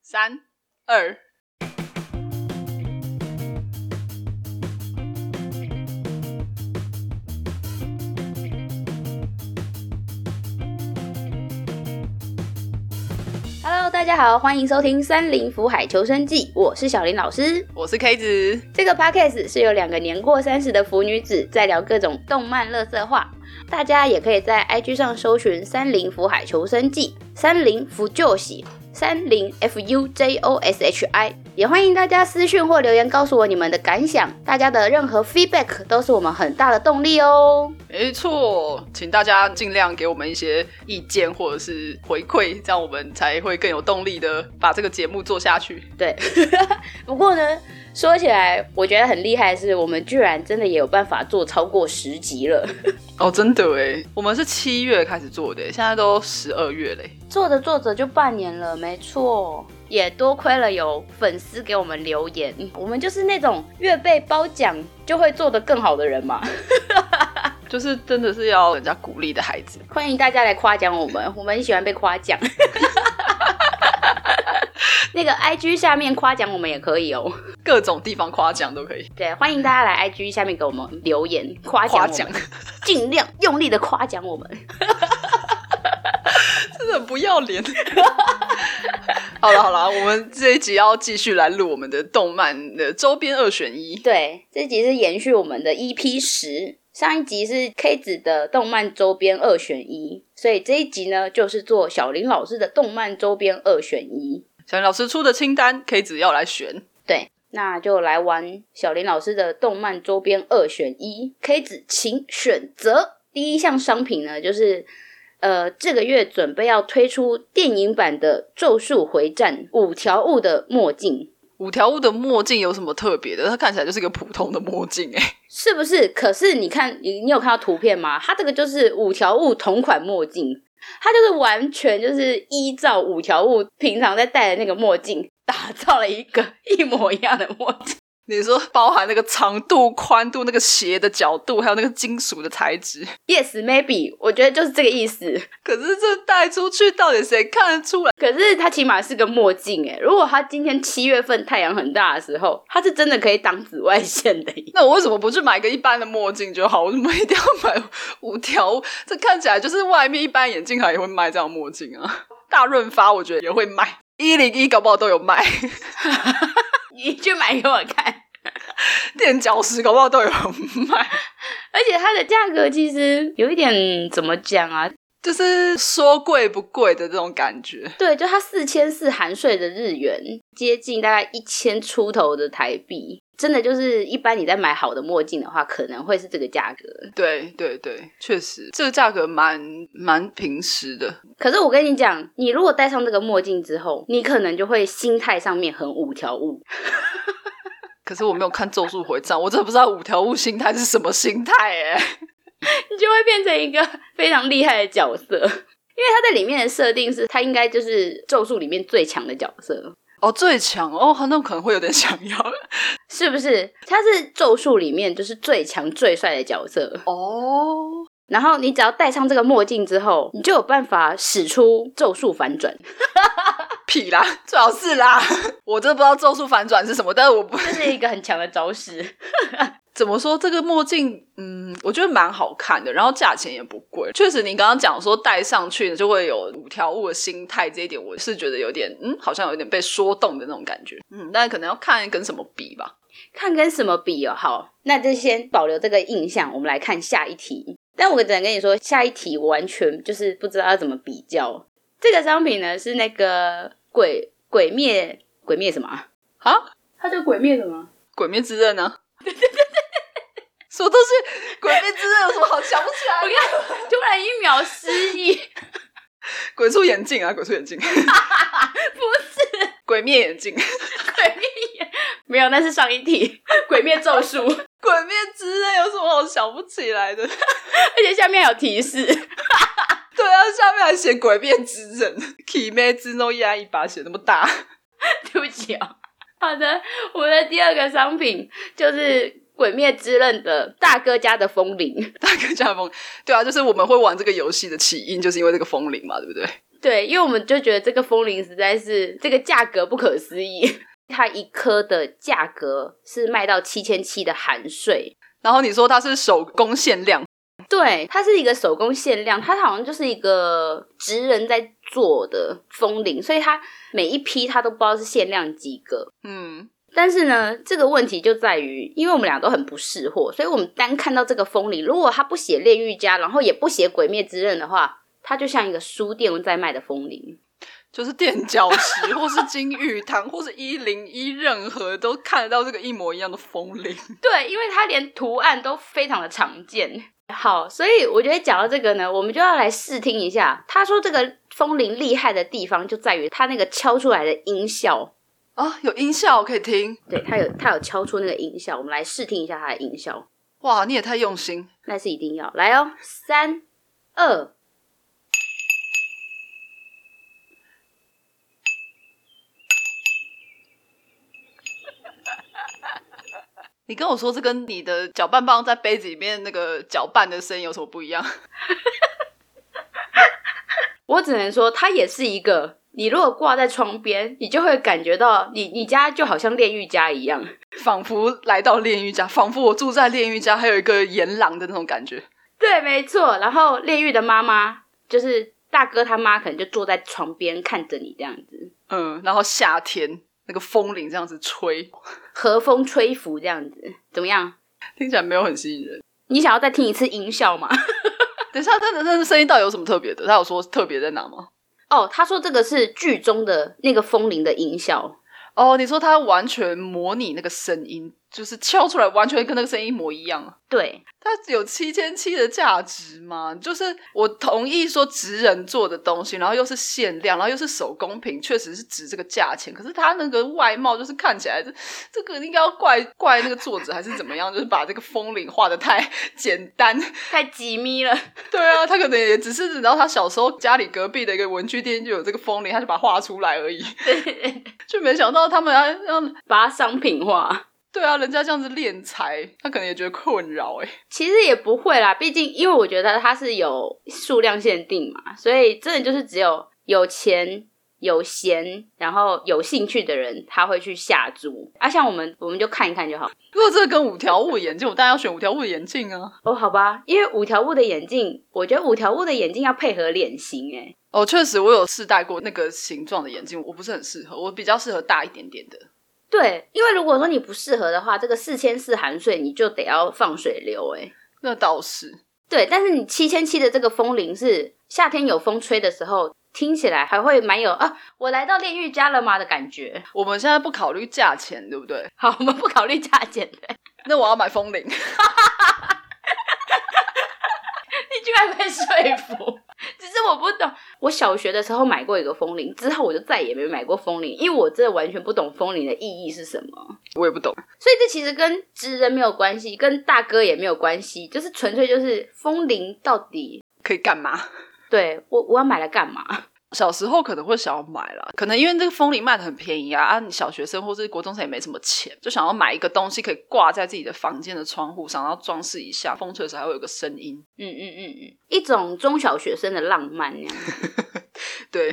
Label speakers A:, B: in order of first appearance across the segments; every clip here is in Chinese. A: 三二，
B: Hello，大家好，欢迎收听《三林福海求生记》，我是小林老师。
A: 我是 K 子，
B: 这个 podcast 是由两个年过三十的腐女子在聊各种动漫乐色话，大家也可以在 IG 上搜寻“三林福海求生记”、“三林福救喜”、“三林 F U J O S H I”，也欢迎大家私讯或留言告诉我你们的感想，大家的任何 feedback 都是我们很大的动力哦。
A: 没错，请大家尽量给我们一些意见或者是回馈，这样我们才会更有动力的把这个节目做下去。
B: 对， 不过呢，说起来，我觉得很厉害的是，我们居然真的也有办法做超过十集了。
A: 哦，真的哎，我们是七月开始做的，现在都十二月嘞。
B: 做着做着就半年了，没错，也多亏了有粉丝给我们留言，我们就是那种越被褒奖就会做得更好的人嘛。
A: 就是真的是要人家鼓励的孩子，
B: 欢迎大家来夸奖我们，我们很喜欢被夸奖。 那个 IG 下面夸奖我们也可以哦。
A: 各种地方夸奖都可以。
B: 对，欢迎大家来 IG 下面给我们留言夸奖
A: 夸
B: 我
A: 奖
B: 们，尽量用力的夸奖我们。
A: 真的不要脸。 好了好了，我们这一集要继续来录我们的动漫的周边二选一。
B: 对，这集是延续我们的 EP 十，上一集是 K 子的动漫周边二选一，所以这一集呢就是做小林老师的动漫周边二选一。
A: 小林老师出的清单，K 子要来选。
B: 对，那就来玩小林老师的动漫周边二选一，K 子请选择第一项商品呢就是。呃，这个月准备要推出电影版的《咒术回战》五条悟的墨镜，
A: 五条悟的墨镜有什么特别的？它看起来就是一个普通的墨镜哎、
B: 是不是？可是你看，你你有看到图片吗？它这个就是五条悟同款墨镜，它就是完全就是依照五条悟平常在戴的那个墨镜，打造了一个 一模一样的墨镜。
A: 你说包含那个长度、宽度、那个斜的角度，还有那个金属的材质，
B: Yes, maybe，我觉得就是这个意思。
A: 可是这带出去到底谁看得出来？
B: 可是它起码是个墨镜诶，如果它今天七月份太阳很大的时候，它是真的可以挡紫外线的耶。
A: 那我为什么不去买个一般的墨镜就好？我怎么一定要买五条悟？这看起来就是外面一般眼镜行也会卖这样的墨镜啊。 大润发我觉得也会卖，一零一搞不好都有卖，
B: 你去买给我看。
A: 垫脚石搞不好都有卖。
B: 而且它的价格其实有一点嗯怎么讲啊？
A: 就是说贵不贵的这种感觉。
B: 对，就它四千四含税的日元，接近大概一千出头的台币，真的就是一般你在买好的墨镜的话，可能会是这个价格。
A: 对对对，确实这个价格蛮蛮平实的。
B: 可是我跟你讲，你如果戴上这个墨镜之后，你可能就会心态上面很五条悟。
A: 可是我没有看《咒术回战》，我真的不知道五条悟心态是什么心态哎、
B: 你就会变成一个非常厉害的角色，因 为他在里面的设定是他应该就是咒术里面最强的角色，
A: 哦，最强哦，那我可能会有点想要
B: 是不是？他是咒术里面就是最强最帅的角色。
A: 哦。
B: 然后你只要戴上这个墨镜之后，你就有办法使出咒术反转，
A: 屁啦，最好是啦。我真的不知道咒术反转是什么，但是我不
B: 这是一个很强的招式。
A: 怎么说这个墨镜，嗯，我觉得蛮好看的，然后价钱也不贵。确实，你刚刚讲说戴上去就会有五条悟的心态，这一点我是觉得有点，嗯，好像有点被说动的那种感觉。嗯，但可能要看跟什么比吧。
B: 看跟什么比哦？好，那就先保留这个印象，我们来看下一题。但我只能跟你说，下一题我完全就是不知道要怎么比较。这个商品呢是那个鬼鬼灭鬼灭什么啊？
A: 啊，《
B: 它叫鬼灭什么？
A: 鬼灭之刃》呢？ 什么东西？《鬼灭之刃》有什么好想不起来？
B: 我刚突然一秒失忆，
A: 鬼畜眼镜啊，鬼畜眼 镜，
B: 不是
A: 鬼灭眼镜，《
B: 鬼灭，没有，那是上一题 鬼灭咒术， 而
A: 鬼灭之刃》有什么好想不起来的？
B: 且下面还有提示。
A: 对啊，下面还写《鬼灭之刃》，K 妹之诺亚一把写那么大。
B: 对不起哦。好的，我们的第二个商品就是《鬼灭之刃》的大哥家的风铃。
A: 大哥家的风，对啊，就是我们会玩这个游戏的起因，就是因为这个风铃嘛，对不对？
B: 对，因为我们就觉得这个风铃实在是这个价格不可思议，它一颗的价格是卖到七千七的含税。
A: 然后你说它是手工限量，
B: 对，它是一个手工限量，它好像就是一个职人在做的风铃，所以它每一批它都不知道是限量几个。
A: 嗯，
B: 但是呢，这个问题就在于，因为我们俩都很不识货，所以我们单看到这个风铃，如果他不写《炼狱家》，然后也不写《鬼灭之刃》的话，它就像一个书店在卖的风铃。
A: 就是垫脚石，或是金玉堂，或是一零一，任何都看得到这个一模一样的风铃。
B: 对，因为它连图案都非常的常见。好，所以我觉得讲到这个呢，我们就要来试听一下。他说这个风铃厉害的地方就在于它那个敲出来的音效，
A: 啊，有音效可以听，
B: 对，它有它有敲出那个音效，我们来试听一下它的音效。
A: 哇，你也太用心。
B: 那是一定要来哦，三二，
A: 你跟我说这跟你的搅拌棒在杯子里面那个搅拌的声音有什么不一样？
B: 我只能说它也是一个，你如果挂在窗边，你就会感觉到你你家就好像炼狱家一样。
A: 仿佛来到炼狱家，仿佛我住在炼狱家，还有一个岩廊的那种感觉。
B: 对，没错。然后炼狱的妈妈就是大哥他妈，可能就坐在床边看着你这样子，
A: 嗯，然后夏天那个风铃这样子吹，
B: 和风吹拂这样子，怎么样？
A: 听起来没有很吸引人。
B: 你想要再听一次音效吗？
A: 等一下，那那那声音到底有什么特别的？他有说特别在哪吗？
B: 哦，他说这个是剧中的那个风铃的音效，
A: 哦，你说他完全模拟那个声音，就是敲出来完全跟那个声音一模一样啊。
B: 对，
A: 它有七千七的价值吗？就是我同意说职人做的东西，然后又是限量，然后又是手工品，确实是值这个价钱。可是它那个外貌就是看起来，这这个应该要怪怪那个作者还是怎么样，就是把这个风铃画的太简单。
B: 太机密了。
A: 对啊，他可能也只是，然后他小时候家里隔壁的一个文具店就有这个风铃，他就把它画出来而已，就没想到他们要让
B: 把它商品化。
A: 对啊，人家这样子敛财，他可能也觉得困扰哎、
B: 其实也不会啦，毕竟因为我觉得它是有数量限定嘛，所以真的就是只有有钱、有闲，然后有兴趣的人，他会去下注。啊，像我们，我们就看一看就好。
A: 如果这个跟五条悟的眼镜，我当然要选五条悟的眼镜啊。
B: 哦，好吧，因为五条悟的眼镜，我觉得五条悟的眼镜要配合脸型，欸诶，
A: 哦，确实，我有试戴过那个形状的眼镜，我不是很适合，我比较适合大一点点的。
B: 对，因为如果说你不适合的话，这个四千四含税你就得要放水流，诶。
A: 那倒是，
B: 对，但是你七千七的这个风铃是夏天有风吹的时候，听起来还会蛮有啊，我来到炼狱家了吗的感觉。
A: 我们现在不考虑价钱，对不对？
B: 好，我们不考虑价钱的，
A: 那我要买风铃，
B: 你居然被说服。只是我不懂，我小学的时候买过一个风铃，之后我就再也没买过风铃，因为我真的完全不懂风铃的意义是什么。
A: 我也不懂。
B: 所以这其实跟职人没有关系，跟大哥也没有关系，就是纯粹就是风铃到底
A: 可以干嘛？
B: 对我我要买来干嘛？
A: 小时候可能会想要买啦，可能因为这个风铃卖的很便宜啊，啊，你小学生或是国中生也没什么钱，就想要买一个东西可以挂在自己的房间的窗户上，然后装饰一下，风吹的时候还会有个声音。
B: 嗯嗯嗯嗯，一种中小学生的浪漫那样。
A: 对，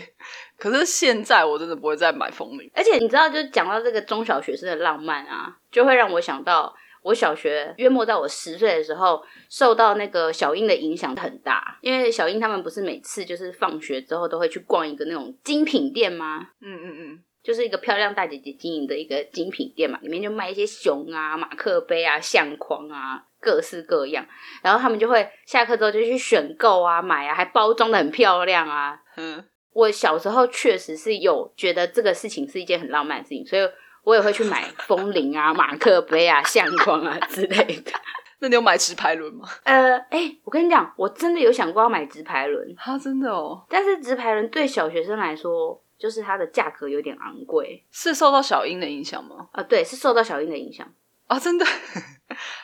A: 可是现在我真的不会再买风铃。
B: 而且你知道，就讲到这个中小学生的浪漫啊，就会让我想到我小学约莫在我十岁的时候，受到那个小英的影响很大。因为小英他们不是每次就是放学之后都会去逛一个那种精品店吗？
A: 嗯嗯嗯，
B: 就是一个漂亮大姐姐经营的一个精品店嘛，里面就卖一些熊啊、马克杯啊、相框啊，各式各样。然后他们就会下课之后就去选购啊、买啊，还包装的很漂亮啊，
A: 嗯，
B: 我小时候确实是有觉得这个事情是一件很浪漫的事情，所以我也会去买风铃啊、马克杯啊、相框啊之类的。
A: 那你有买直排轮吗？
B: 呃，哎、我跟你讲，我真的有想过要买直排轮，
A: 啊，真的哦，
B: 但是直排轮对小学生来说，就是它的价格有点昂贵
A: 是受到小英的影响吗？
B: 啊、对，是受到小英的影响
A: 啊， 真的，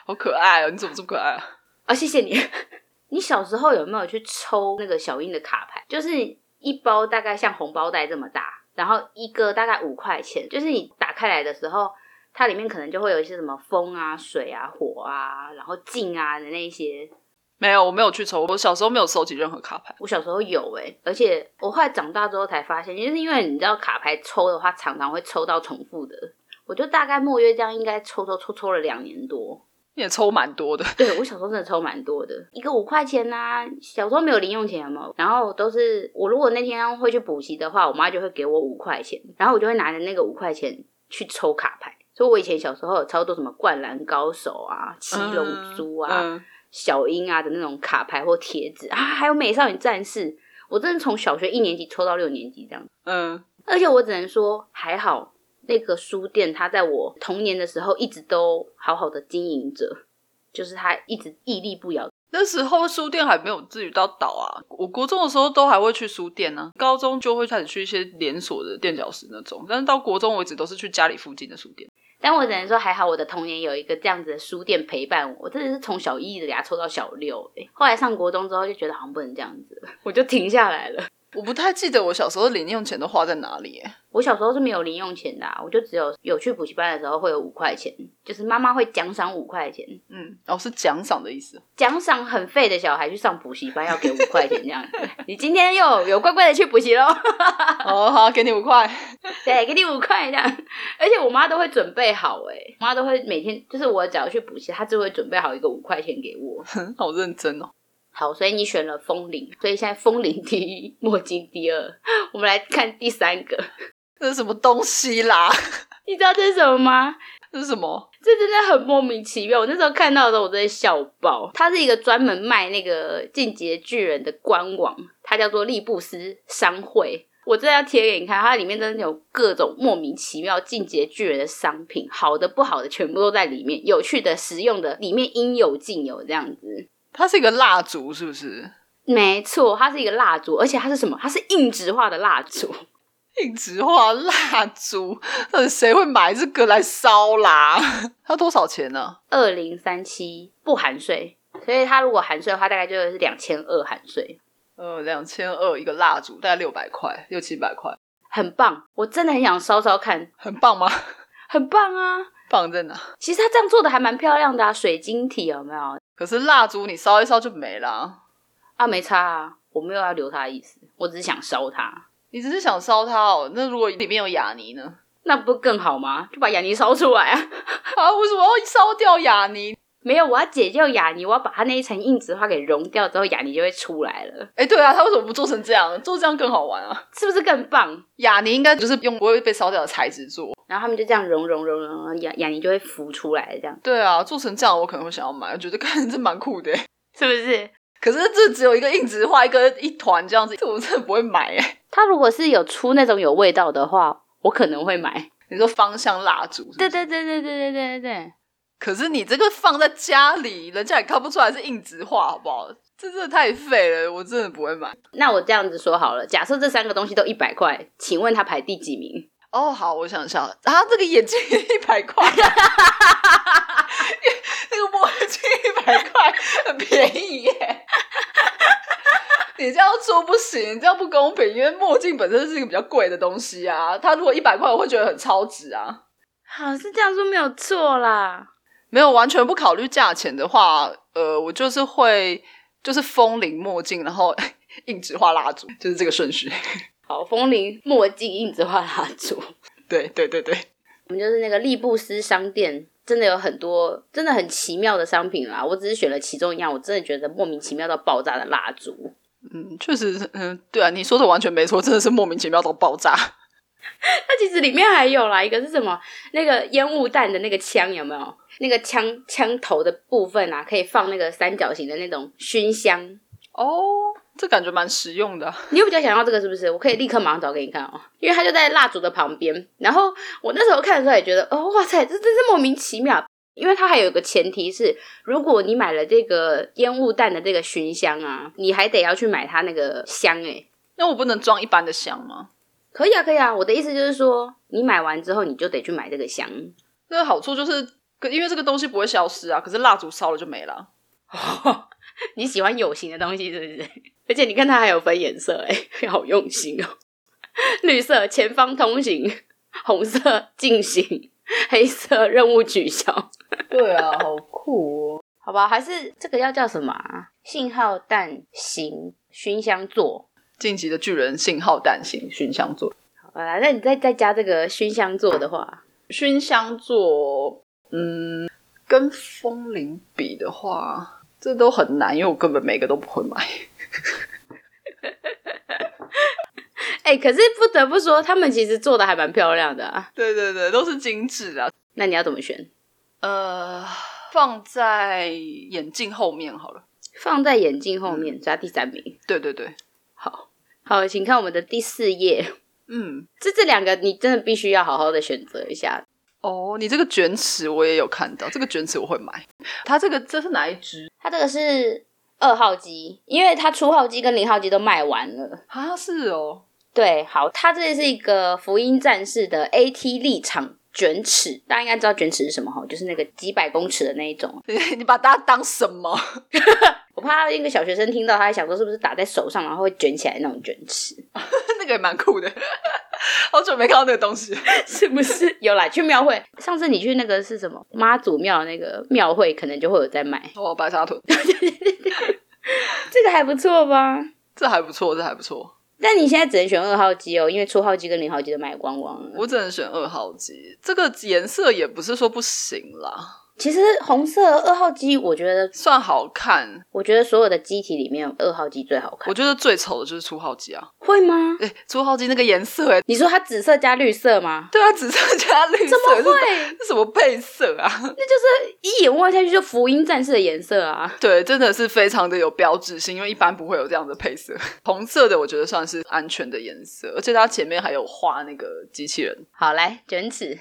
A: 好可爱哦！你怎么这么可爱啊？
B: 啊、谢谢你。 你小时候有没有去抽那个小英的卡牌？就是一包大概像红包袋这么大，然后一个大概五块钱，就是你打开来的时候，它里面可能就会有一些什么风啊、水啊、火啊，然后镜啊的那一些。
A: 没有，我没有去抽，我小时候没有收集任何卡牌。
B: 我小时候有哎、而且我后来长大之后才发现，就是因为你知道卡牌抽的话，常常会抽到重复的。我就大概莫约这样，应该抽抽抽抽了两年多。
A: 也抽蛮多的，
B: 对我小时候真的抽蛮多的，一个五块钱呐、小时候没有零用钱嘛，然后都是我如果那天会去补习的话，我妈就会给我五块钱，然后我就会拿着那个五块钱去抽卡牌。所以我以前小时候有超多什么灌篮高手啊、七龙珠啊、
A: 嗯嗯
B: 小樱啊的那种卡牌或贴纸啊，还有美少女战士，我真的从小学一年级抽到六年级这样。
A: 嗯，
B: 而且我只能说，还好那个书店，它在我童年的时候一直都好好的经营着，就是它一直屹立不摇。
A: 那时候书店还没有至于到倒啊。我国中的时候都还会去书店呢、高中就会开始去一些连锁的垫脚石那种，但是到国中我一直都是去家里附近的书店。
B: 但我只能说，还好我的童年有一个这样子的书店陪伴我。我真的是从小一一直给它抽到小六、欸，后来上国中之后就觉得好像不能这样子了，我就停下来了。
A: 我不太记得我小时候零用钱都花在哪里、欸，
B: 我小时候是没有零用钱的、啊，我就只有有去补习班的时候会有五块钱，就是妈妈会奖赏五块钱，
A: 嗯，哦，是奖赏的意思，
B: 奖赏很废的小孩去上补习班要给五块钱这样子。 你今天又有乖乖的去补习喽，
A: 哦，好，给你五块，
B: 对，给你五块这样。而且我妈都会准备好、欸，哎，我妈都会每天就是我只要去补习，她就会准备好一个五块钱给我。
A: 好认真哦。
B: 好，所以你选了风铃，所以现在风铃第一，墨镜第二。 我们来看第三个，
A: 这是什么东西啦？
B: 你知道这是什么吗？
A: 这是什么？
B: 这真的很莫名其妙。我那时候看到的时候，我真的笑爆。它是一个专门卖那个《进阶巨人》的官网，它叫做利布斯商会。我真的要贴给你看，它里面真的有各种莫名其妙《进阶巨人》的商品，好的、不好的，全部都在里面。有趣的、实用的，里面应有尽有，这样子。
A: 它是一个蜡烛，是不是？
B: 没错，它是一个蜡烛，而且它是什么？它是硬质化的蜡烛。
A: 硬纸化蜡烛，到底谁会买这个来烧啦？ 它多少钱呢、
B: 二零三七不含税，所以它如果含税的话，大概就是两千二含税，
A: 呃，两千二一个蜡烛，大概六百块，六七百块，
B: 很棒。我真的很想烧烧看，
A: 很棒吗？
B: 很棒啊！
A: 棒在哪？
B: 其实它这样做的还蛮漂亮的啊，水晶体有没有？
A: 可是蜡烛你烧一烧就没啦，
B: 啊，没差啊，我没有要留它的意思，我只是想烧它，
A: 你只是想烧它哦。那如果里面有雅尼呢？
B: 那不更好吗？就把雅尼烧出来啊！
A: 啊，为什么要烧掉雅尼？
B: 没有，我要解救雅尼，我要把它那一层硬质化给融掉之后，雅尼就会出来了，
A: 哎、对啊，它为什么不做成这样？做这样更好玩啊！
B: 是不是更棒？
A: 雅尼应该就是用不会被烧掉的材质做。
B: 然后他们就这样融融融融融，雅雅尼就会浮出来，这样
A: 对啊，做成这样我可能会想要买，我觉得 看这蛮酷的耶。
B: 是不是？
A: 可是这只有一个硬纸画一个一团这样子，这我真的不会买哎。
B: 它如果是有出那种有味道的话，我可能会买。
A: 你说芳香蜡烛是不是，
B: 对对对对对对对对对，
A: 可是你这个放在家里，人家也看不出来是硬直化，好不好？这真的太废了，我真的不会买。
B: 那我这样子说好了，假设这三个东西都一百块，请问它排第几名？
A: 哦，好，我想一下，啊，这个眼镜一百块， 那个墨镜一百块，很便宜耶。你这样说不行，这样不公平，因为墨镜本身是一个比较贵的东西啊。它如果一百块，我会觉得很超值啊。
B: 好，是这样说没有错啦。
A: 没有完全不考虑价钱的话，呃，我就是会就是风铃墨镜，然后 硬纸化蜡烛，就是这个顺序。
B: 好，风铃、墨镜、硬纸化蜡烛，
A: 对对对对，
B: 我们就是那个利布斯商店，真的有很多真的很奇妙的商品啦。我只是选了其中一样，我真的觉得莫名其妙到爆炸的蜡烛。
A: 嗯，确实是，嗯，对啊，你说的完全没错，真的是莫名其妙到爆炸。
B: 它其实里面还有啦，一个是什么？那个烟雾弹的那个枪有没有？那个枪枪头的部分啊，可以放那个三角形的那种熏香。
A: 哦，这感觉蛮实用的。啊
B: 你有比较想要这个是不是？我可以立刻马上找给你看哦，因为它就在蜡烛的旁边。然后我那时候看的时候也觉得，哦，哇塞，这真是莫名其妙。因为它还有一个前提是，如果你买了这个烟雾弹的这个熏香啊，你还得要去买它那个香诶、
A: 那我不能装一般的香吗？
B: 可以啊，可以啊。我的意思就是说，你买完之后你就得去买这个香。
A: 这个好处就是，可因为这个东西不会消失啊，可是蜡烛烧了就没 了。啊
B: 你喜欢有形的东西是不是？ 而且你看它还有分颜色、哎，好用心哦。 绿色前方通行， 红 色进行，黑色任务取消。
A: 对啊，好酷哦。
B: 好吧？还是这个要叫什么、啊？信号弹型熏香座？
A: 晋级的巨人信号弹型熏香座，
B: 好吧？那你再再加这个熏香座的话，
A: 熏香座，嗯，跟风铃比的话，这都很难，因为我根本每个都不会买。
B: 哎、可是不得不说，他们其实做的还蛮漂亮的啊。
A: 对对对，都是精致啊。
B: 那你要怎么选？
A: 呃，放在眼镜后面好了。
B: 放在眼镜后面抓第三名。
A: 对对对，
B: 好，好，请看我们的第四页。
A: 嗯，
B: 这这两个你真的必须要好好的选择一下。
A: 哦，你这个卷尺我也有看到，这个卷尺我会买。它这个这是哪一只
B: 它这个是二号机，因为它初号机跟零号机都卖完了。
A: 啊？是哦，
B: 对，好，它这是一个福音战士的 AT 立场卷尺，大家应该知道卷尺是什么哈，就是那个几百公尺的那一种。
A: 你 你把它当什么？
B: 我怕那个小学生听到，他还想说是不是打在手上，然后会卷起来那种卷尺，
A: 那个也蛮酷的，好久没看到那个东西。
B: 是不是？有啦，去庙会，上次你去那个是什么妈祖庙的那个庙会，可能就会有在卖。
A: 哦，白沙屯，
B: 这个还不错吧？
A: 这还不错，这还不错。
B: 但你现在只能选二号机哦，因为初号机跟零号机都卖光光了。
A: 我只能选二号机，这个颜色也不是说不行啦，
B: 其实红色二号机，我觉得，
A: 算好看。
B: 我觉得所有的机体里面，二号机最好
A: 我
B: 看。
A: 觉得最丑的就是初号机啊，
B: 会吗？
A: 哎、初号机那个颜色、哎，
B: 你说它紫色加绿色吗？
A: 对啊，紫色加绿
B: 怎么
A: 色，这
B: 会？
A: 这什么配色啊？
B: 一眼望下去就福音战士的颜色啊！
A: 对，真的是非常的有标志性，因为一般不会有这样的配色。红色的我觉得算是安全的颜色，而且它前面还有画那个机器人
B: 好，来卷尺，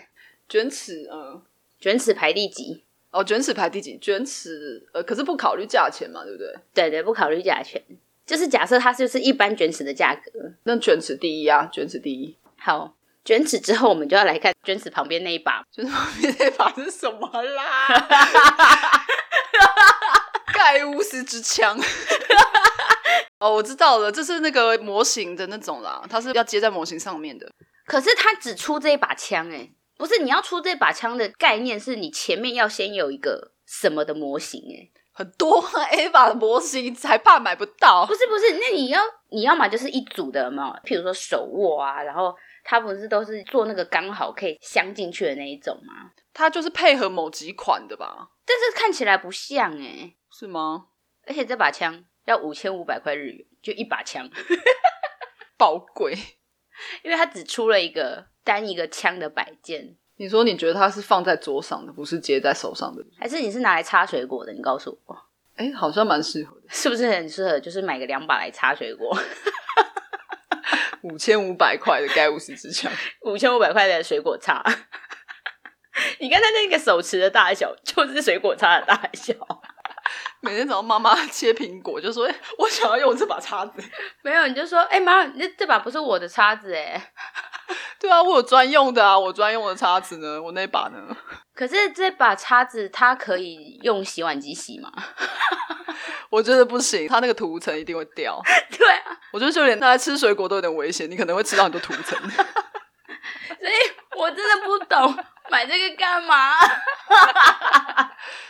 A: 卷尺，嗯。
B: 卷尺排第几？
A: 哦，卷尺排第几？卷尺，呃，可是不考虑价钱嘛，对不对？
B: 对对，不考虑价钱，就是假设它就是一般卷尺的价格。
A: 那卷尺第一啊，卷尺第一，
B: 好，卷尺之后我们就要来看卷尺旁边那一把。
A: 卷尺旁 边那把是什么啦？盖乌斯之枪。 哦，我知道了，这是那个模型的那种啦，它是要接在模型上面的。
B: 可是它只出这一把枪哎、不是你要出这把枪的概念是你前面要先有一个什么的模型哎、
A: 很多 啊 A 把的模型还怕买不到
B: 不，是不是，那你要你要么就是一组的嘛，譬如说手握啊，然后它不是都是做那个刚好可以镶进去的那一种吗？
A: 它就是配合某几款的吧？
B: 但是看起来不像哎、
A: 是吗？
B: 而且这把枪要五千五百块日元，就一把枪，
A: 爆贵！
B: 因为它只出了一个单一个枪的摆件。
A: 你说你觉得它是放在桌上的，不是接在手上的？
B: 还是你是拿来插水果的？你告诉我，
A: 哎，好像蛮适合的，
B: 是不是很适合？就是买个两把来插水果，
A: 五千五百块的盖乌斯之枪。
B: 五千五百块的水果叉。 你刚才那个手持的大小， 就是水果叉的大小。
A: 每天早上妈妈切苹果，就说：“哎我想要用这把叉子。
B: 没有，你就说，哎、妈，这这把不是我的叉子哎。”
A: 对啊，我有专用的啊，我专用的叉子呢，我那把呢？
B: 可是这把叉子它可以用洗碗机洗吗？
A: 我觉得不行，它那个涂层一定会掉。
B: 对啊，
A: 我觉得就连拿来吃水果都有点危险，你可能会吃到很多涂层。
B: 所以我真的不 懂买这个干嘛。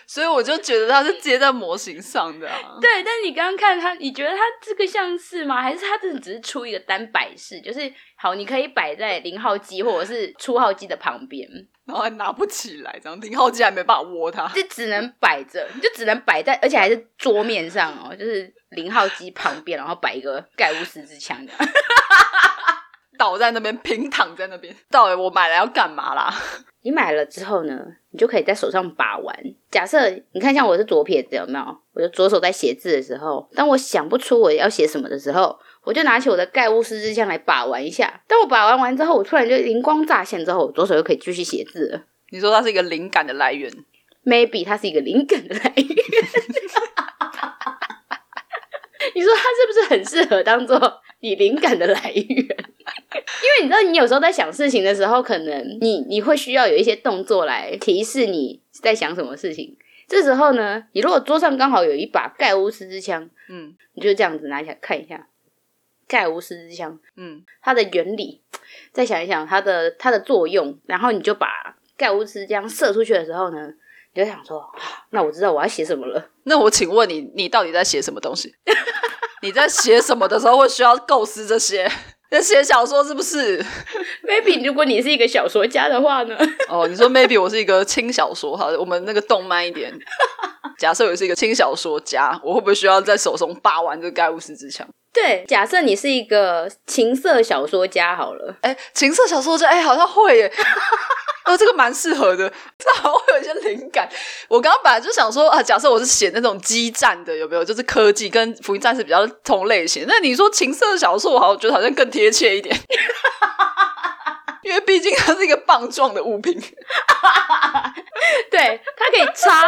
A: 所以我就觉得它是接在模型上的啊。
B: 对，但你刚刚看它，你觉得它这个像是吗？还是它真的只是出一个单摆式？就是好，你可以摆在零号机或者是初号机的旁边，
A: 然后还拿不起来，这样零号机还没办法握它。
B: 就只能摆着，就只能摆在，而且还是桌面上哦，就是零号机旁边，然后摆一个盖乌斯之枪的。
A: 倒在那边，平躺在那边。到底我买来要干嘛啦？
B: 你买了之后呢，你就可以在手上把玩。假设你看，像我是左撇子，有没有？我就左手在写字的时候，当我想不出我要写什么的时候，我就拿起我的盖乌斯之枪来把玩一下。当我把玩完之后，我突然就灵光乍现，之后我左手又可以继续写字了。
A: 你说它是一个灵感的来源，
B: Maybe 它是一个灵感的来源。 你说它是不是很适合当做你灵感的来源？因为你知道，你有时候在想事情的时候，可能你你会需要有一些动作来提示你在想什么事情。这时候呢，你如果桌上刚好有一把盖乌斯之枪，
A: 嗯
B: 你就这样子拿起来看一下。盖乌斯之枪
A: 嗯，
B: 它的原理，再想一想它的它的作用，然后你就把盖乌斯这样射出去的时候呢，你就想说，啊那我知道我要写什么了。
A: 那我请问你，你到底在写什么东西？ 你在写什么的时候会需要构思这些？ 在写小说是不是？
B: Maybe 如果你是一个小说家的话呢？
A: 哦，你说 maybe 我是一个轻小说，好，我们那个动漫一点。 假设我是一个轻小说家，我会不会需要在手中把玩这个盖乌斯之墙？
B: 对，假设你是一个情色小说家好了，
A: 哎，情色小说家，哎，好像会耶。 哦，这个蛮适合的， 这好像会有一些灵感。我刚刚本来就想说啊，假设我是写那种激战的，有没有？就是科技跟福音战士比较同类型。那你说情色小说，我好像觉得好像更贴切一点， 因为毕竟它是一个棒状的物品。
B: 对，它可以插，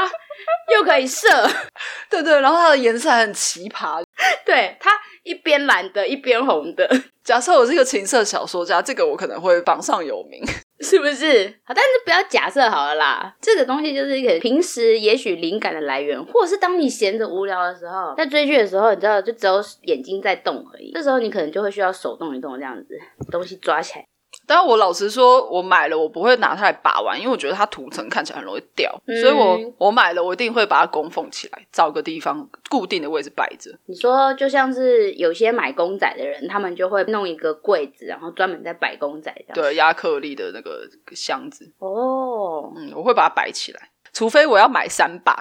B: 又可以射，
A: 对对，然后它的颜色还很奇葩。
B: 对，它一边蓝的，一边红的，
A: 假设我是一个情色小说家，这个我可能会榜上有名。
B: 是不是？好，但是不要假设好了啦，这个东西就是一个平时也许灵感的来源，或者是当你闲着无聊的时候，在追剧的时候，你知道，就只有眼睛在动而已，这时候你可能就会需要手动一动这样子，东西抓起来。
A: 但我老实说，我买了我不会拿它来把玩，因为我觉得它涂层看起来很容易掉，
B: 嗯
A: 所以我我买了我一定会把它供奉起来，找个地方固定的位置摆着。
B: 你说就像是有些买公仔的人，他们就会弄一个柜子，然后专门在摆公仔这样。
A: 对，亚克力的那个箱子，
B: 哦，
A: 嗯，我会把它摆起来，除非我要买三把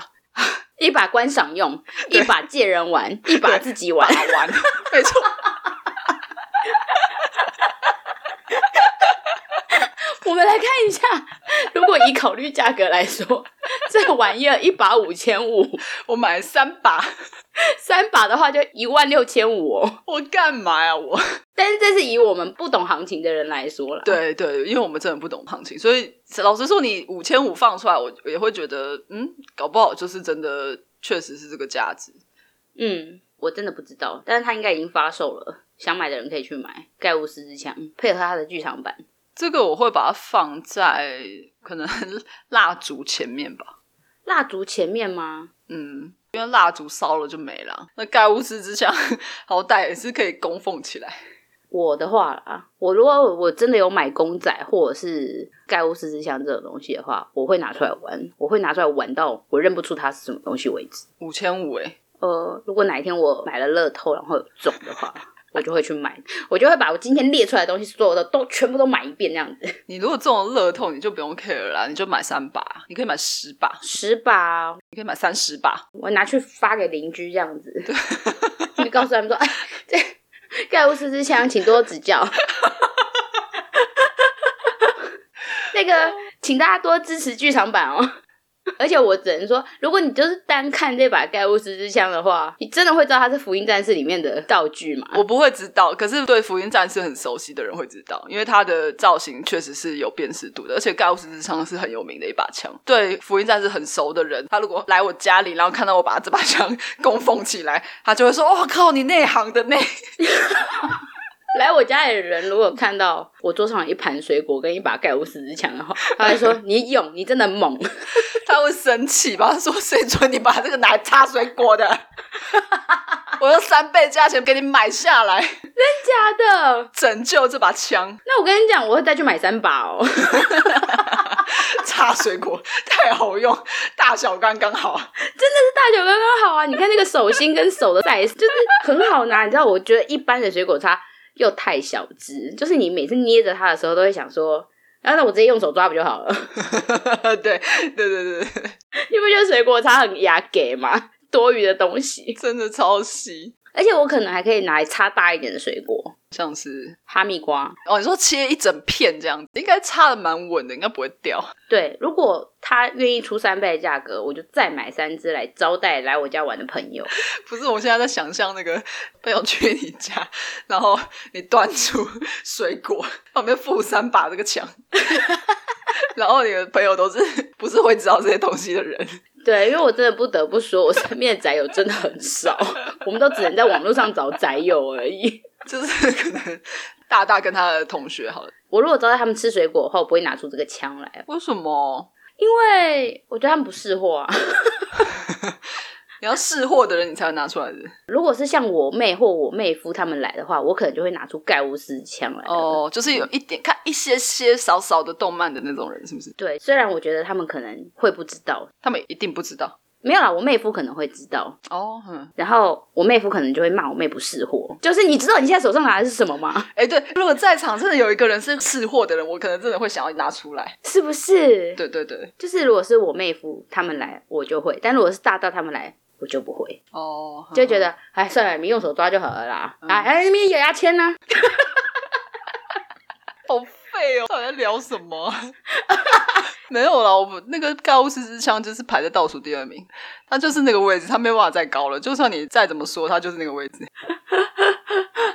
B: 一把观赏用，一把借人玩，一把自己
A: 把
B: 玩。
A: 玩， 没错，
B: 我们来看一下，如果以考虑价格来说，这玩意儿一把五千五，
A: 我买了三把，
B: 三把的话就一万六千五哦。
A: 我干嘛呀我？
B: 但是这是以我们不懂行情的人来说了。，
A: 对对，因为我们真的不懂行情，所以老实说，你五千五放出来，我也会觉得，嗯，搞不好就是真的，确实是这个价值。
B: 嗯，我真的不知道，但是它应该已经发售了，想买的人可以去买《盖乌斯之枪》，配合它的剧场版。
A: 这个我会把它放在可能 蜡烛前面吧，
B: 蜡烛前面吗？
A: 嗯，因为蜡烛烧了就没了。那盖乌斯之像 好歹也是可以供奉起来。
B: 我的话啦，我如果我真的有买公仔或者是盖乌斯之枪这种东西的话，我会拿出来玩，我会拿出来玩到我认不出它是什么东西为止。
A: 五千五哎，
B: 呃，如果哪一天我买了乐透然后有中的话，我就会去买，我就会把我今天列出来的东西所有的都全部都买一遍那样子。
A: 你如果中了乐透，你就不用 care 啦，你就买三把，你可以买十把，
B: 十把
A: 你可以买三十把。
B: 我拿去发给邻居这样子， 就告诉他们说，哎，这盖乌斯之枪，请多指教。那个，请大家多支持剧场版哦。而且我只能说，如果你就是单看这把盖乌斯之枪的话，你真的会知道它是福音战士里面的道具吗？
A: 我不会知道，可是对福音战士很熟悉的人会知道，因为它的造型确实是有辨识度的，而且盖乌斯之枪是很有名的一把枪。对福音战士很熟的人，他如果来我家里，然后看到我把这把枪 供奉起来，他就会说：“哇靠，你内行的内。
B: 来我家里的人如果看到我桌上有一盘水果跟一把盖乌斯之枪的话，他会说你勇，你真的猛。”
A: 他会生气吧？他说：“谁准你把这个拿来插水果的？ 我用三倍价钱给你买下来，
B: 假的？
A: 拯救这把枪。”
B: 那我跟你讲，我会再去买三把 哦。
A: 插水果太好用，大小刚刚好。
B: 大小刚刚好啊！你看那个手心跟手的 size 就是很好拿，你知道？我觉得一般的水果叉又太小只，就是你每次捏着它的时候都会想说，啊，那我直接用手抓不就好了？
A: 对对对对对，
B: 你不觉得水果叉很压给吗？多余的东西，
A: 真的超细，
B: 而且我可能还可以拿来插大一点的水果，
A: 像是
B: 哈密瓜。
A: 哦，你说切一整片这样子，应该插的蛮稳的，应该不会掉。
B: 对，如果他愿意出三倍的价格，我就再买三只来招待来我家玩的朋友。
A: 不是，我现在在想象那个朋友去你家，然后你端出水果，旁边附三把这个墙。 然后你的朋友都是不是会知道这些东西的人，
B: 对，因为我真的不得不说，我身边的宅友真的很少，我们都只能在网络上找宅友而已。
A: 就是可能大大跟他的同学好了。
B: 我如果招待他们吃水果的话，我不会拿出这个枪来，啊
A: 为什么？
B: 因为我觉得他们不识货啊。
A: 你要试货的人，你才会拿出来的。
B: 如果是像我妹或我妹夫他们来的话，我可能就会拿出盖乌斯枪来。
A: 哦，就是有一点看一些些少少的动漫的那种人，是不是？
B: 对，虽然我觉得他们可能会不知道，
A: 他们一定不知道。
B: 没有啦，我妹夫可能会知道，
A: 哦，嗯，
B: 然后我妹夫可能就会骂我妹不识货。就是你知道你现在手上拿的是什么吗？
A: 哎，对，如果在场真的有一个人是试货的人，我可能真的会想要拿出来。
B: 是不是？
A: 对对对，
B: 就是如果是我妹夫他们来，我就会；但如果是大道他们来，我就不会，
A: 哦，
B: 就觉
A: 得
B: 得哎算了，你用手抓就好了啦。哎、哎，那边有牙签呢、
A: 好废哦，到底在聊什么？ 没有啦，我们那个盖乌斯之枪就是排在倒数第二名，它就是那个位置，它没有办法再高了。就算你再怎么说，它就是那个位置。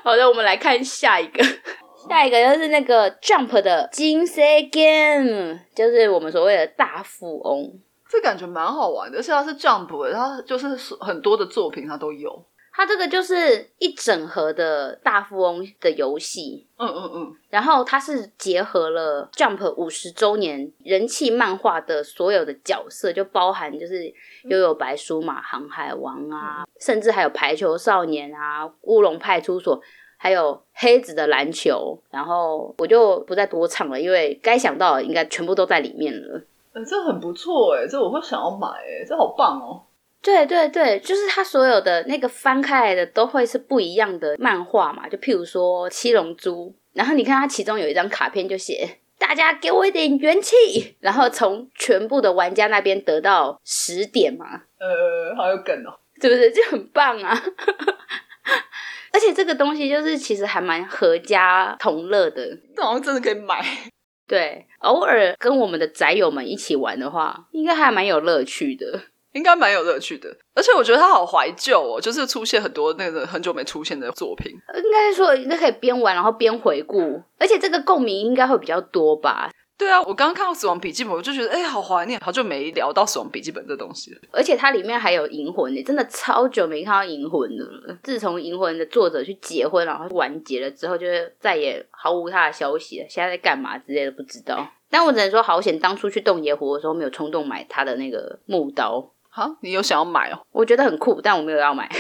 B: 好的，我们来看下一个， 下一个就是那个 Jump 的金 C Game，就是我们所谓的大富翁。
A: 这感觉蛮好玩的，而且它是 Jump，的它就是很多的作品它都有。
B: 它这个就是一整盒的大富翁的游戏，
A: 嗯嗯嗯，
B: 然后它是结合了 Jump 五十周年人气漫画的所有的角色，就包含就是悠悠白书嘛、航海王啊，甚至还有排球少年啊、乌龙派出所，还有黑子的篮球。然后我就不再多唱了，因为该想到的应该全部都在里面了。
A: 呃，这很不错哎，这我会想要买哎，这好棒哦。
B: 对对对，就是它所有的那个翻开来的都会是不一样的漫画嘛，就譬如说《七龙珠》，然后你看它其中有一张卡片就写“大家给我一点元气”，然后从全部的玩家那边得到十点嘛，
A: 呃，好有梗哦。
B: 是不是就很棒啊？而且这个东西就是其实还蛮合家同乐的，
A: 这好像真的可以买。
B: 对，偶尔跟我们的宅友们一起玩的话，应该还蛮有乐趣的。
A: 应该蛮有乐趣的，而且我觉得它好怀旧哦，就是出现很多那个很久没出现的作品。
B: 应该是说应该可以边玩然后边回顾，而且这个共鸣应该会比较多吧。
A: 对啊，我刚刚看到《死亡笔记本》，我就觉得哎、好怀念，好久没聊到《死亡笔记本》这东西了。
B: 而且它里面还有银魂欸你真的超久没看到银魂的了。自从银魂的作者去结婚然后完结了之后，就是再也毫无他的消息了。现在在干嘛之类的不知道。但我只能说，好险当初去洞爷湖的时候没有冲动买他的那个木刀，
A: 哈，你有想要买哦？
B: 我觉得很酷，但我没有要买。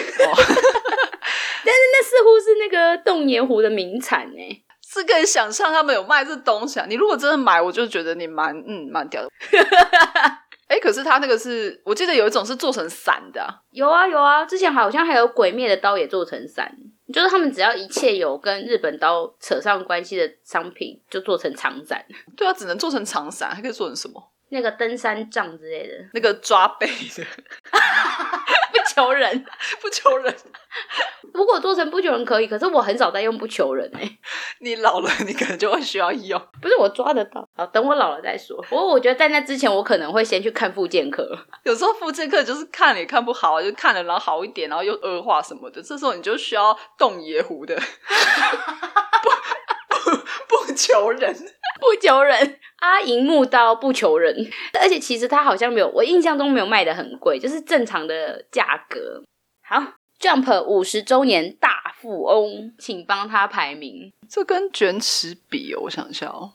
B: 那似乎是那个洞爷湖的名产哎、
A: 是可以想象他们有卖这东西啊。你如果真的买，我就觉得你蛮嗯蛮屌的。 哎、可是它那个是我记得有一种是做成伞的、啊，
B: 有啊有啊，之前好像还有鬼灭的刀也做成伞，就是他们只要一切有跟日本刀扯上关系的商品，就做成长伞，
A: 对啊，只能做成长伞，还可以做成什么？
B: 那个登山杖之类的，
A: 那个抓背的，
B: 不求人。
A: 不求人。
B: 如果做成不求人可以，可是我很少在用不求人哎、
A: 你老了，你可能就会需要用。
B: 不是我抓得到。好，等我老了再说。不过我觉得在那之前，我可能会先去看复健科。
A: 有时候复健课就是看了也看不好啊，就看了然后好一点，然后又恶化什么的，这时候你就需要动野狐的，不不不求人。
B: 不求人，阿银木刀不求人， 而且其实它好像没有，我印象中没有卖的很贵，就是正常的价格。好，Jump 五十周年大富翁，请帮他排名。
A: 这跟卷尺比、哦，我想一下哦。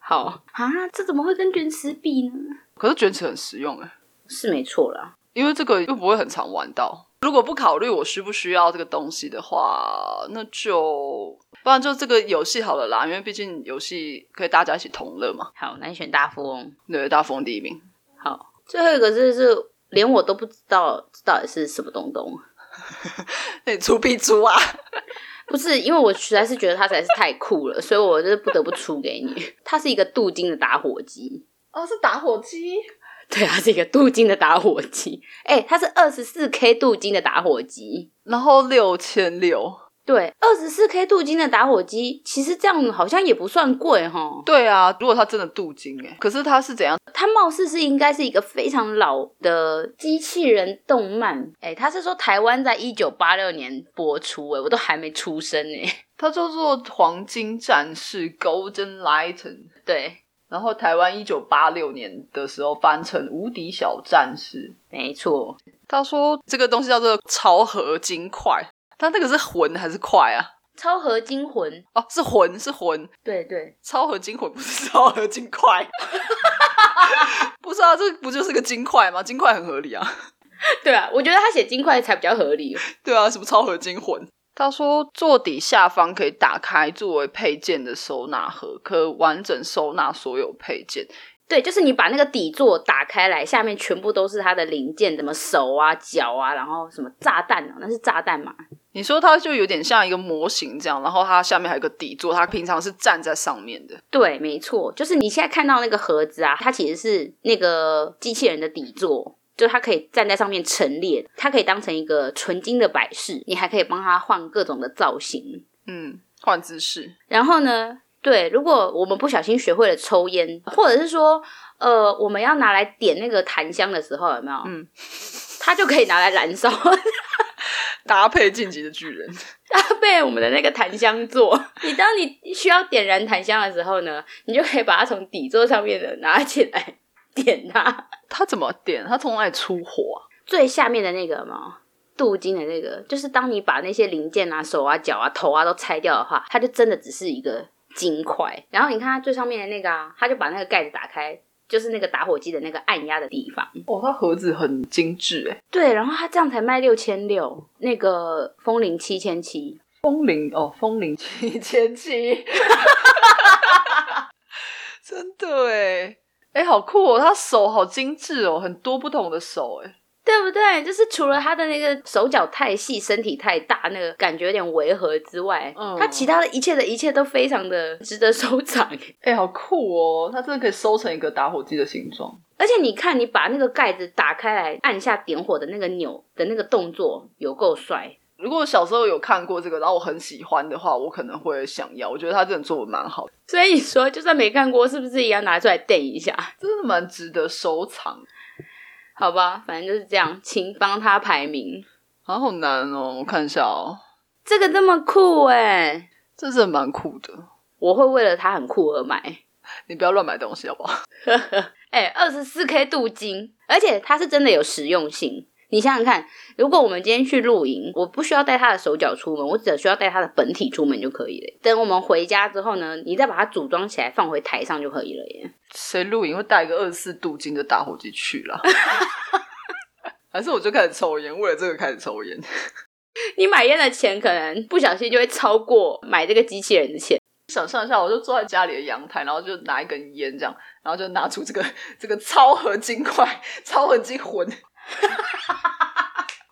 B: 好啊，这怎么会跟卷尺比呢？
A: 可是卷尺很实用哎，
B: 是没错啦，
A: 因为这个又不会很常玩到。如果不考虑我需不需要这个东西的话，那就不然就这个游戏好了啦，因为毕竟游戏可以大家一起同乐嘛。
B: 好，那你选大富翁。
A: 对，大风第一名，
B: 好，最后一个字是连我都不知道这到底是什么东东，
A: 那你出必出啊！
B: 不是因为我实在是觉得它实在是太酷了，所以我就是不得不出给你。 它是一个镀金的打火机，
A: 哦，是打火机。
B: 对，啊它是一个镀金的打火机，哎、它是二十四 K 镀金的打火机。
A: 然后六千六，
B: 对，二十四 K 镀金的打火机，其实这样好像也不算贵哈。
A: 对啊，如果它真的镀金哎，可是它是怎样？
B: 它貌似是应该是一个非常老的机器人动漫，哎、它是说台湾在一九八六年播出、哎，我都还没出生哎、
A: 它叫做黄金战士 （Golden Lighten），
B: 对，
A: 然后台湾一九八六年的时候翻成《无敌小战士》。
B: 没错，
A: 他说这个东西叫做超合金块，它那个是魂还是块啊？
B: 超合金魂，
A: 哦，是魂，是魂，
B: 对对，
A: 超合金魂不是超合金 块。不是啊，这不就是个金块吗？金块很合理啊。
B: 对啊，我觉得他写金块才比较合理。
A: 对啊，什么超合金魂？他说座底下方可以打开作为配件的收纳盒，可完整收纳所有配件。
B: 对，就是你把那个底座打开来，下面全部都是它的零件，什么手啊、脚啊，然后什么炸弹啊，那是炸弹嘛？
A: 你说它就有点像一个模型这样，然后它下面还有个底座，它平常是站在上面的。
B: 对，没错，就是你现在看到那个盒子啊，它其实是那个机器人的底座，就它可以站在上面陈列，它可以当成一个纯金的摆饰，你还可以帮它换各种的造型。
A: 嗯，换姿势。
B: 然后呢，对，如果我们不小心学会了抽烟，或者是说，呃，我们要拿来点那个檀香的时候，有没有？
A: 嗯，
B: 它就可以拿来燃烧，
A: 搭配晋级的巨人，
B: 搭配我们的那个檀香座。你当你需要点燃檀香的时候呢，你就可以把它从底座上面的拿起来点它，
A: 他怎么点？他从哪里出火啊？
B: 最下面的那个嘛。镀金的那个，就是当你把那些零件啊、手啊、脚啊、头啊都拆掉的话，它就真的只是一个金块。然后你看它最上面的那个啊，它就把那个盖子打开，就是那个打火机的那个按压的地方。
A: 哦，它盒子很精致哎，
B: 对，然后它这样才卖六千六，那个风铃七千七，
A: 风铃哦，风铃七千七，真的哎，哎，好酷哦，他手好精致哦，很多不同的手哎，
B: 对不对？就是除了它的那个手脚太细、身体太大，那个感觉有点违和之外，
A: 嗯
B: 它其他的一切的一切都非常的 值得收藏。
A: 哎，好酷哦，它真的可以收成一个打火机的形状。
B: 而且你看，你把那个盖子打开来，按下点火的那个钮的那个动作有够帅。
A: 如果我小时候有看过这个，然后我很喜欢的话，我可能会想要。我觉得他真的做的蛮好的，
B: 所以说，就算没看过，是不是也要拿出来瞪一下？
A: 真的蛮值得收藏。
B: 好吧，反正就是这样，请帮他排名。
A: 啊，好难哦，我看一下哦，
B: 这个这么酷哎、
A: 这真的蛮酷的。
B: 我会为了它很酷而买。
A: 你不要乱买东西好不好？
B: 哎、二十四 K 镀金，而且它是真的有实用性。你想想看，如果我们今天去露营，我不需要带它的手脚出门，我只需要带它的本体出门就可以了。等我们回家之后呢，你再把它组装起来放回台上就可以了耶。
A: 谁露营会带一个二十四镀金的打火机去啦？ 还是我就开始抽烟，为了这个开始抽烟。
B: 你买烟的钱可能不小心就会超过买这个机器人的钱。
A: 想象一下，我就坐在家里的阳台，然后就拿一根烟这样，然后就拿出这个这个超合金块、超合金魂，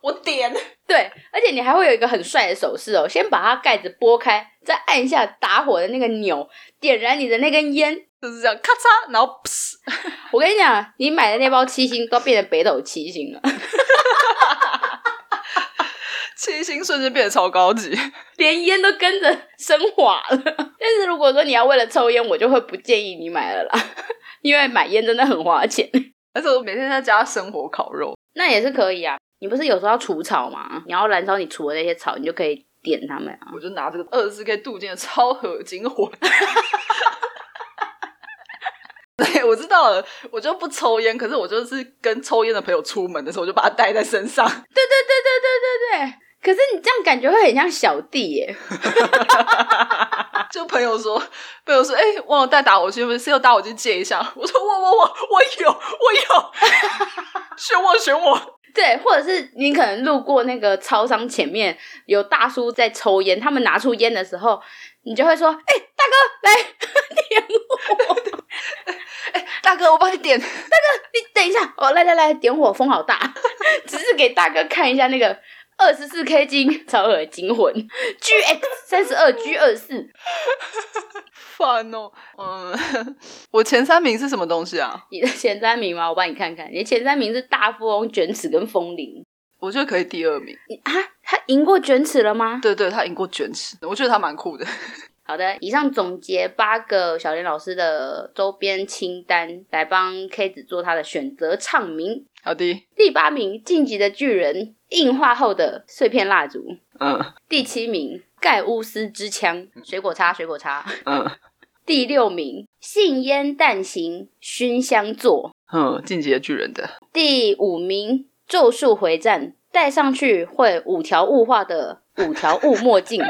A: 我点。
B: 对，而且你还会有一个很帅的手势哦，先把它盖子拨开，再按下打火的那个钮，点燃你的那根烟，
A: 就是这样，咔嚓，然后噗
B: 我跟你讲，你买的那包七星都变成北斗七星了，
A: 七星瞬间变得超高级。
B: 连烟都跟着升华了。 但是如果说你要为了抽烟，我就会不建议你买了啦， 因为买烟真的很花钱。
A: 而且我每天在家生火烤肉，
B: 那也是可以啊，你不是有时候要除草吗？你要燃烧你除的那些草，你就可以点它们啊。
A: 我就拿这个二十四 K 镀金的超合金火。 对，我知道了，我就不抽烟，可是我就是跟抽烟的朋友出门的时候，我就把它带在身上。
B: 对对对对对对对。可是你这样感觉会很像小弟耶，
A: 就朋友说，朋友说，哎、忘了带打火机，谁有打火机借一下？我说我我我我有我有，选我选我。
B: 对，或者是你可能路过那个超商前面有大叔在抽烟，他们拿出烟的时候，你就会说：“哎、大哥，来 点
A: 哎大哥，我帮你点。
B: 你等一下，哦，来来来，点火，风好大， 只是给大哥看一下那个二十四 K 金超合金魂 GX 三十二 G 二四，
A: 烦哦，嗯，我前三名是什么东西啊？
B: 你的前三名吗？我帮你看看，你的前三名是大富翁、卷尺跟风铃。
A: 我觉得可以第二名。
B: 你啊，他赢过卷尺了吗？
A: 对对，他赢过卷尺，我觉得他蛮酷的。
B: 好的，以上总结八个小莲老师的周边清单，来帮 K 子做他的选择唱名。
A: 好的，
B: 第八名，晋级的巨人，硬化后的碎片蜡烛。
A: 嗯
B: 第七名，盖乌斯之枪，水果叉，水果叉。
A: 嗯
B: 第六名，信烟弹行熏香座。
A: 嗯，进阶巨人的
B: 第五名，咒术回战，戴上去会五条雾化的五条雾墨镜。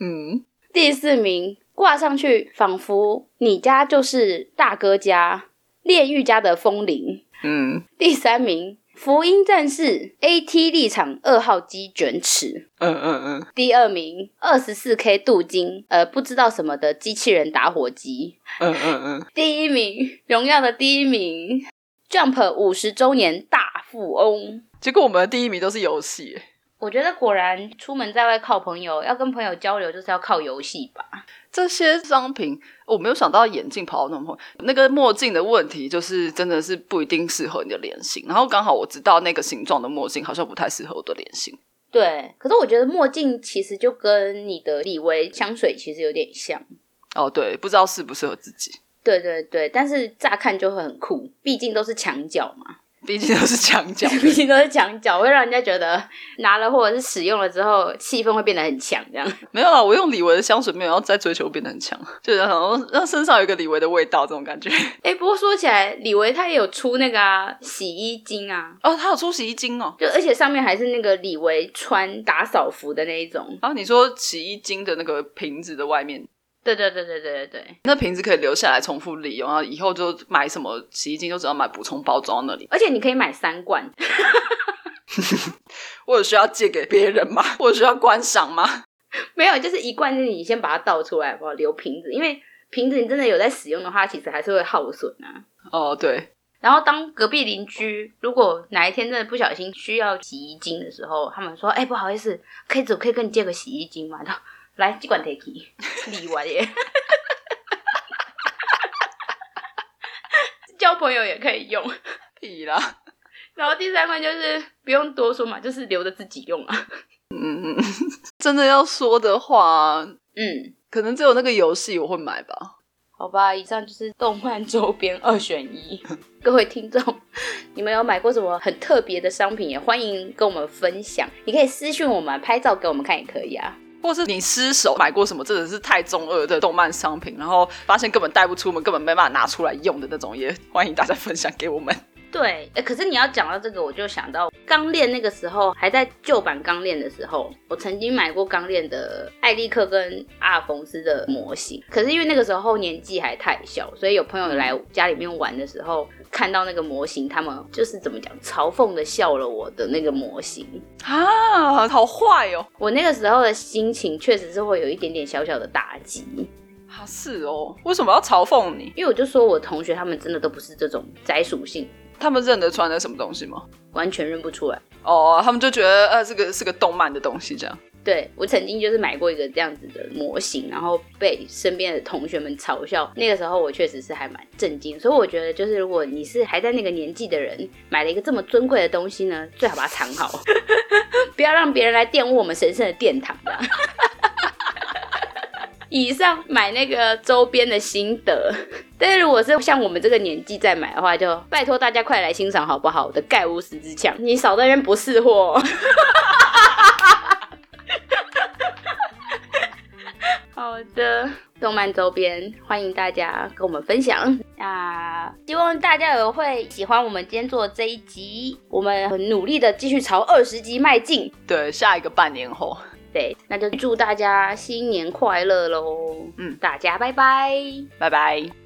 A: 嗯，
B: 第四名，挂上去仿佛你家就是大哥家、炼狱家的风铃。
A: 嗯
B: 第三名，福音战士 AT 立场二号机卷尺，
A: 嗯嗯嗯，
B: 第二名二十四 K 镀金，呃，不知道什么的机器人打火机，
A: 嗯嗯嗯，
B: 第一名，荣耀的第一名，Jump 五十周年大富翁。
A: 结果我们的第一名都是游戏，
B: 我觉得果然出门在外靠朋友，要跟朋友交流就是要靠游戏吧。
A: 这些商品我没有想到眼镜跑到那么后。那个墨镜的问题就是真的是不一定适合你的脸型，然后刚好我知道那个形状的墨镜好像不太适合我的脸型。
B: 对，可是我觉得墨镜其实就跟你的李维香水其实有点像。
A: 哦，对，不知道适不适合自己，
B: 对对对，但是乍看就会很酷，毕竟都是墙角嘛，
A: 毕竟都是墙角。
B: 毕竟都是墙角，会让人家觉得拿了或者是使用了之后，气氛会变得很强。这样，
A: 没有啦，我用李维的香水没有要再追求变得很强，就是好像让身上有一个李维的味道这种感觉。
B: 哎，不过说起来，李维他也有出那个啊洗衣精啊，
A: 哦，他有出洗衣精哦。
B: 就而且上面还是那个李维穿打扫服的那一种。
A: 然后啊你说洗衣精的那个瓶子的外面，
B: 对对对对对对对，
A: 那瓶子可以留下来重复利用，然后以后就买什么洗衣精就只要买补充包装那里。
B: 而且你可以买三罐，
A: 我有需要借给别人吗？ 我有需要观赏吗？
B: 没有，就是一罐是你先把它倒出来，不好留瓶子，因为瓶子你真的有在使用的话，其实还是会耗损啊。
A: 哦，对，
B: 然后当隔壁邻居如果哪一天真的不小心需要洗衣精的时候，他们说：“哎、不好意思，K 组可以跟你借个洗衣精吗？” 然后来这罐 take，理 完耶。交朋友也可以用，
A: 屁啦，
B: 然后第三罐就是不用多说嘛，就是留着自己用啊。
A: 嗯，真的要说的话，
B: 嗯，
A: 可能只有那个游戏我会买吧。
B: 好吧，以上就是动漫周边二选一。 各位听众，你们有买过什么很特别的商品，也欢迎跟我们分享。你可以私讯我们，拍照给我们看也可以啊。
A: 或是你失手买过什么真的是太中二的动漫商品，然后发现根本带不出门，根本没办法拿出来用的那种，也欢迎大家分享给我们。
B: 对，哎，可是你要讲到这个，我就想到钢炼那个时候，还在旧版钢炼的时候，我曾经买过钢炼的艾利克跟阿尔冯斯的模型。可是因为那个时候年纪还太小，所以有朋友来家里面玩的时候，看到那个模型，他们就是怎么讲，嘲讽的笑了我的那个模型。
A: 啊，好坏哦，
B: 我那个时候的心情确实是会有一点点小小的打击，
A: 啊是哦，为什么要嘲讽你？
B: 因为我就说我同学他们真的都不是这种宅属性，
A: 他们认得出来那什么东西吗？
B: 完全认不出来。
A: 哦，他们就觉得呃，这个是个动漫的东西这样。
B: 对我曾经就是买过一个这样子的模型，然后被身边的同学们嘲笑。那个时候我确实是还蛮震惊，所以我觉得就是如果你是还在那个年纪的人，买了一个这么尊贵的东西呢， 最好把它藏好，不要让别人来玷污我们神圣的殿堂的。以上买那个周边的心得，但是如果是像我们这个年纪再买的话，就拜托大家快来欣赏好不好？我的盖乌十字枪，你少在那边不是货。好的，动漫周边欢迎大家跟我们分享。那希望大家也会喜欢我们今天做的这一集，我们很努力的继续朝二十集迈进。
A: 对，下一个半年后，
B: 对，那就祝大家新年快乐喽！
A: 嗯
B: 大家拜拜。
A: 拜拜。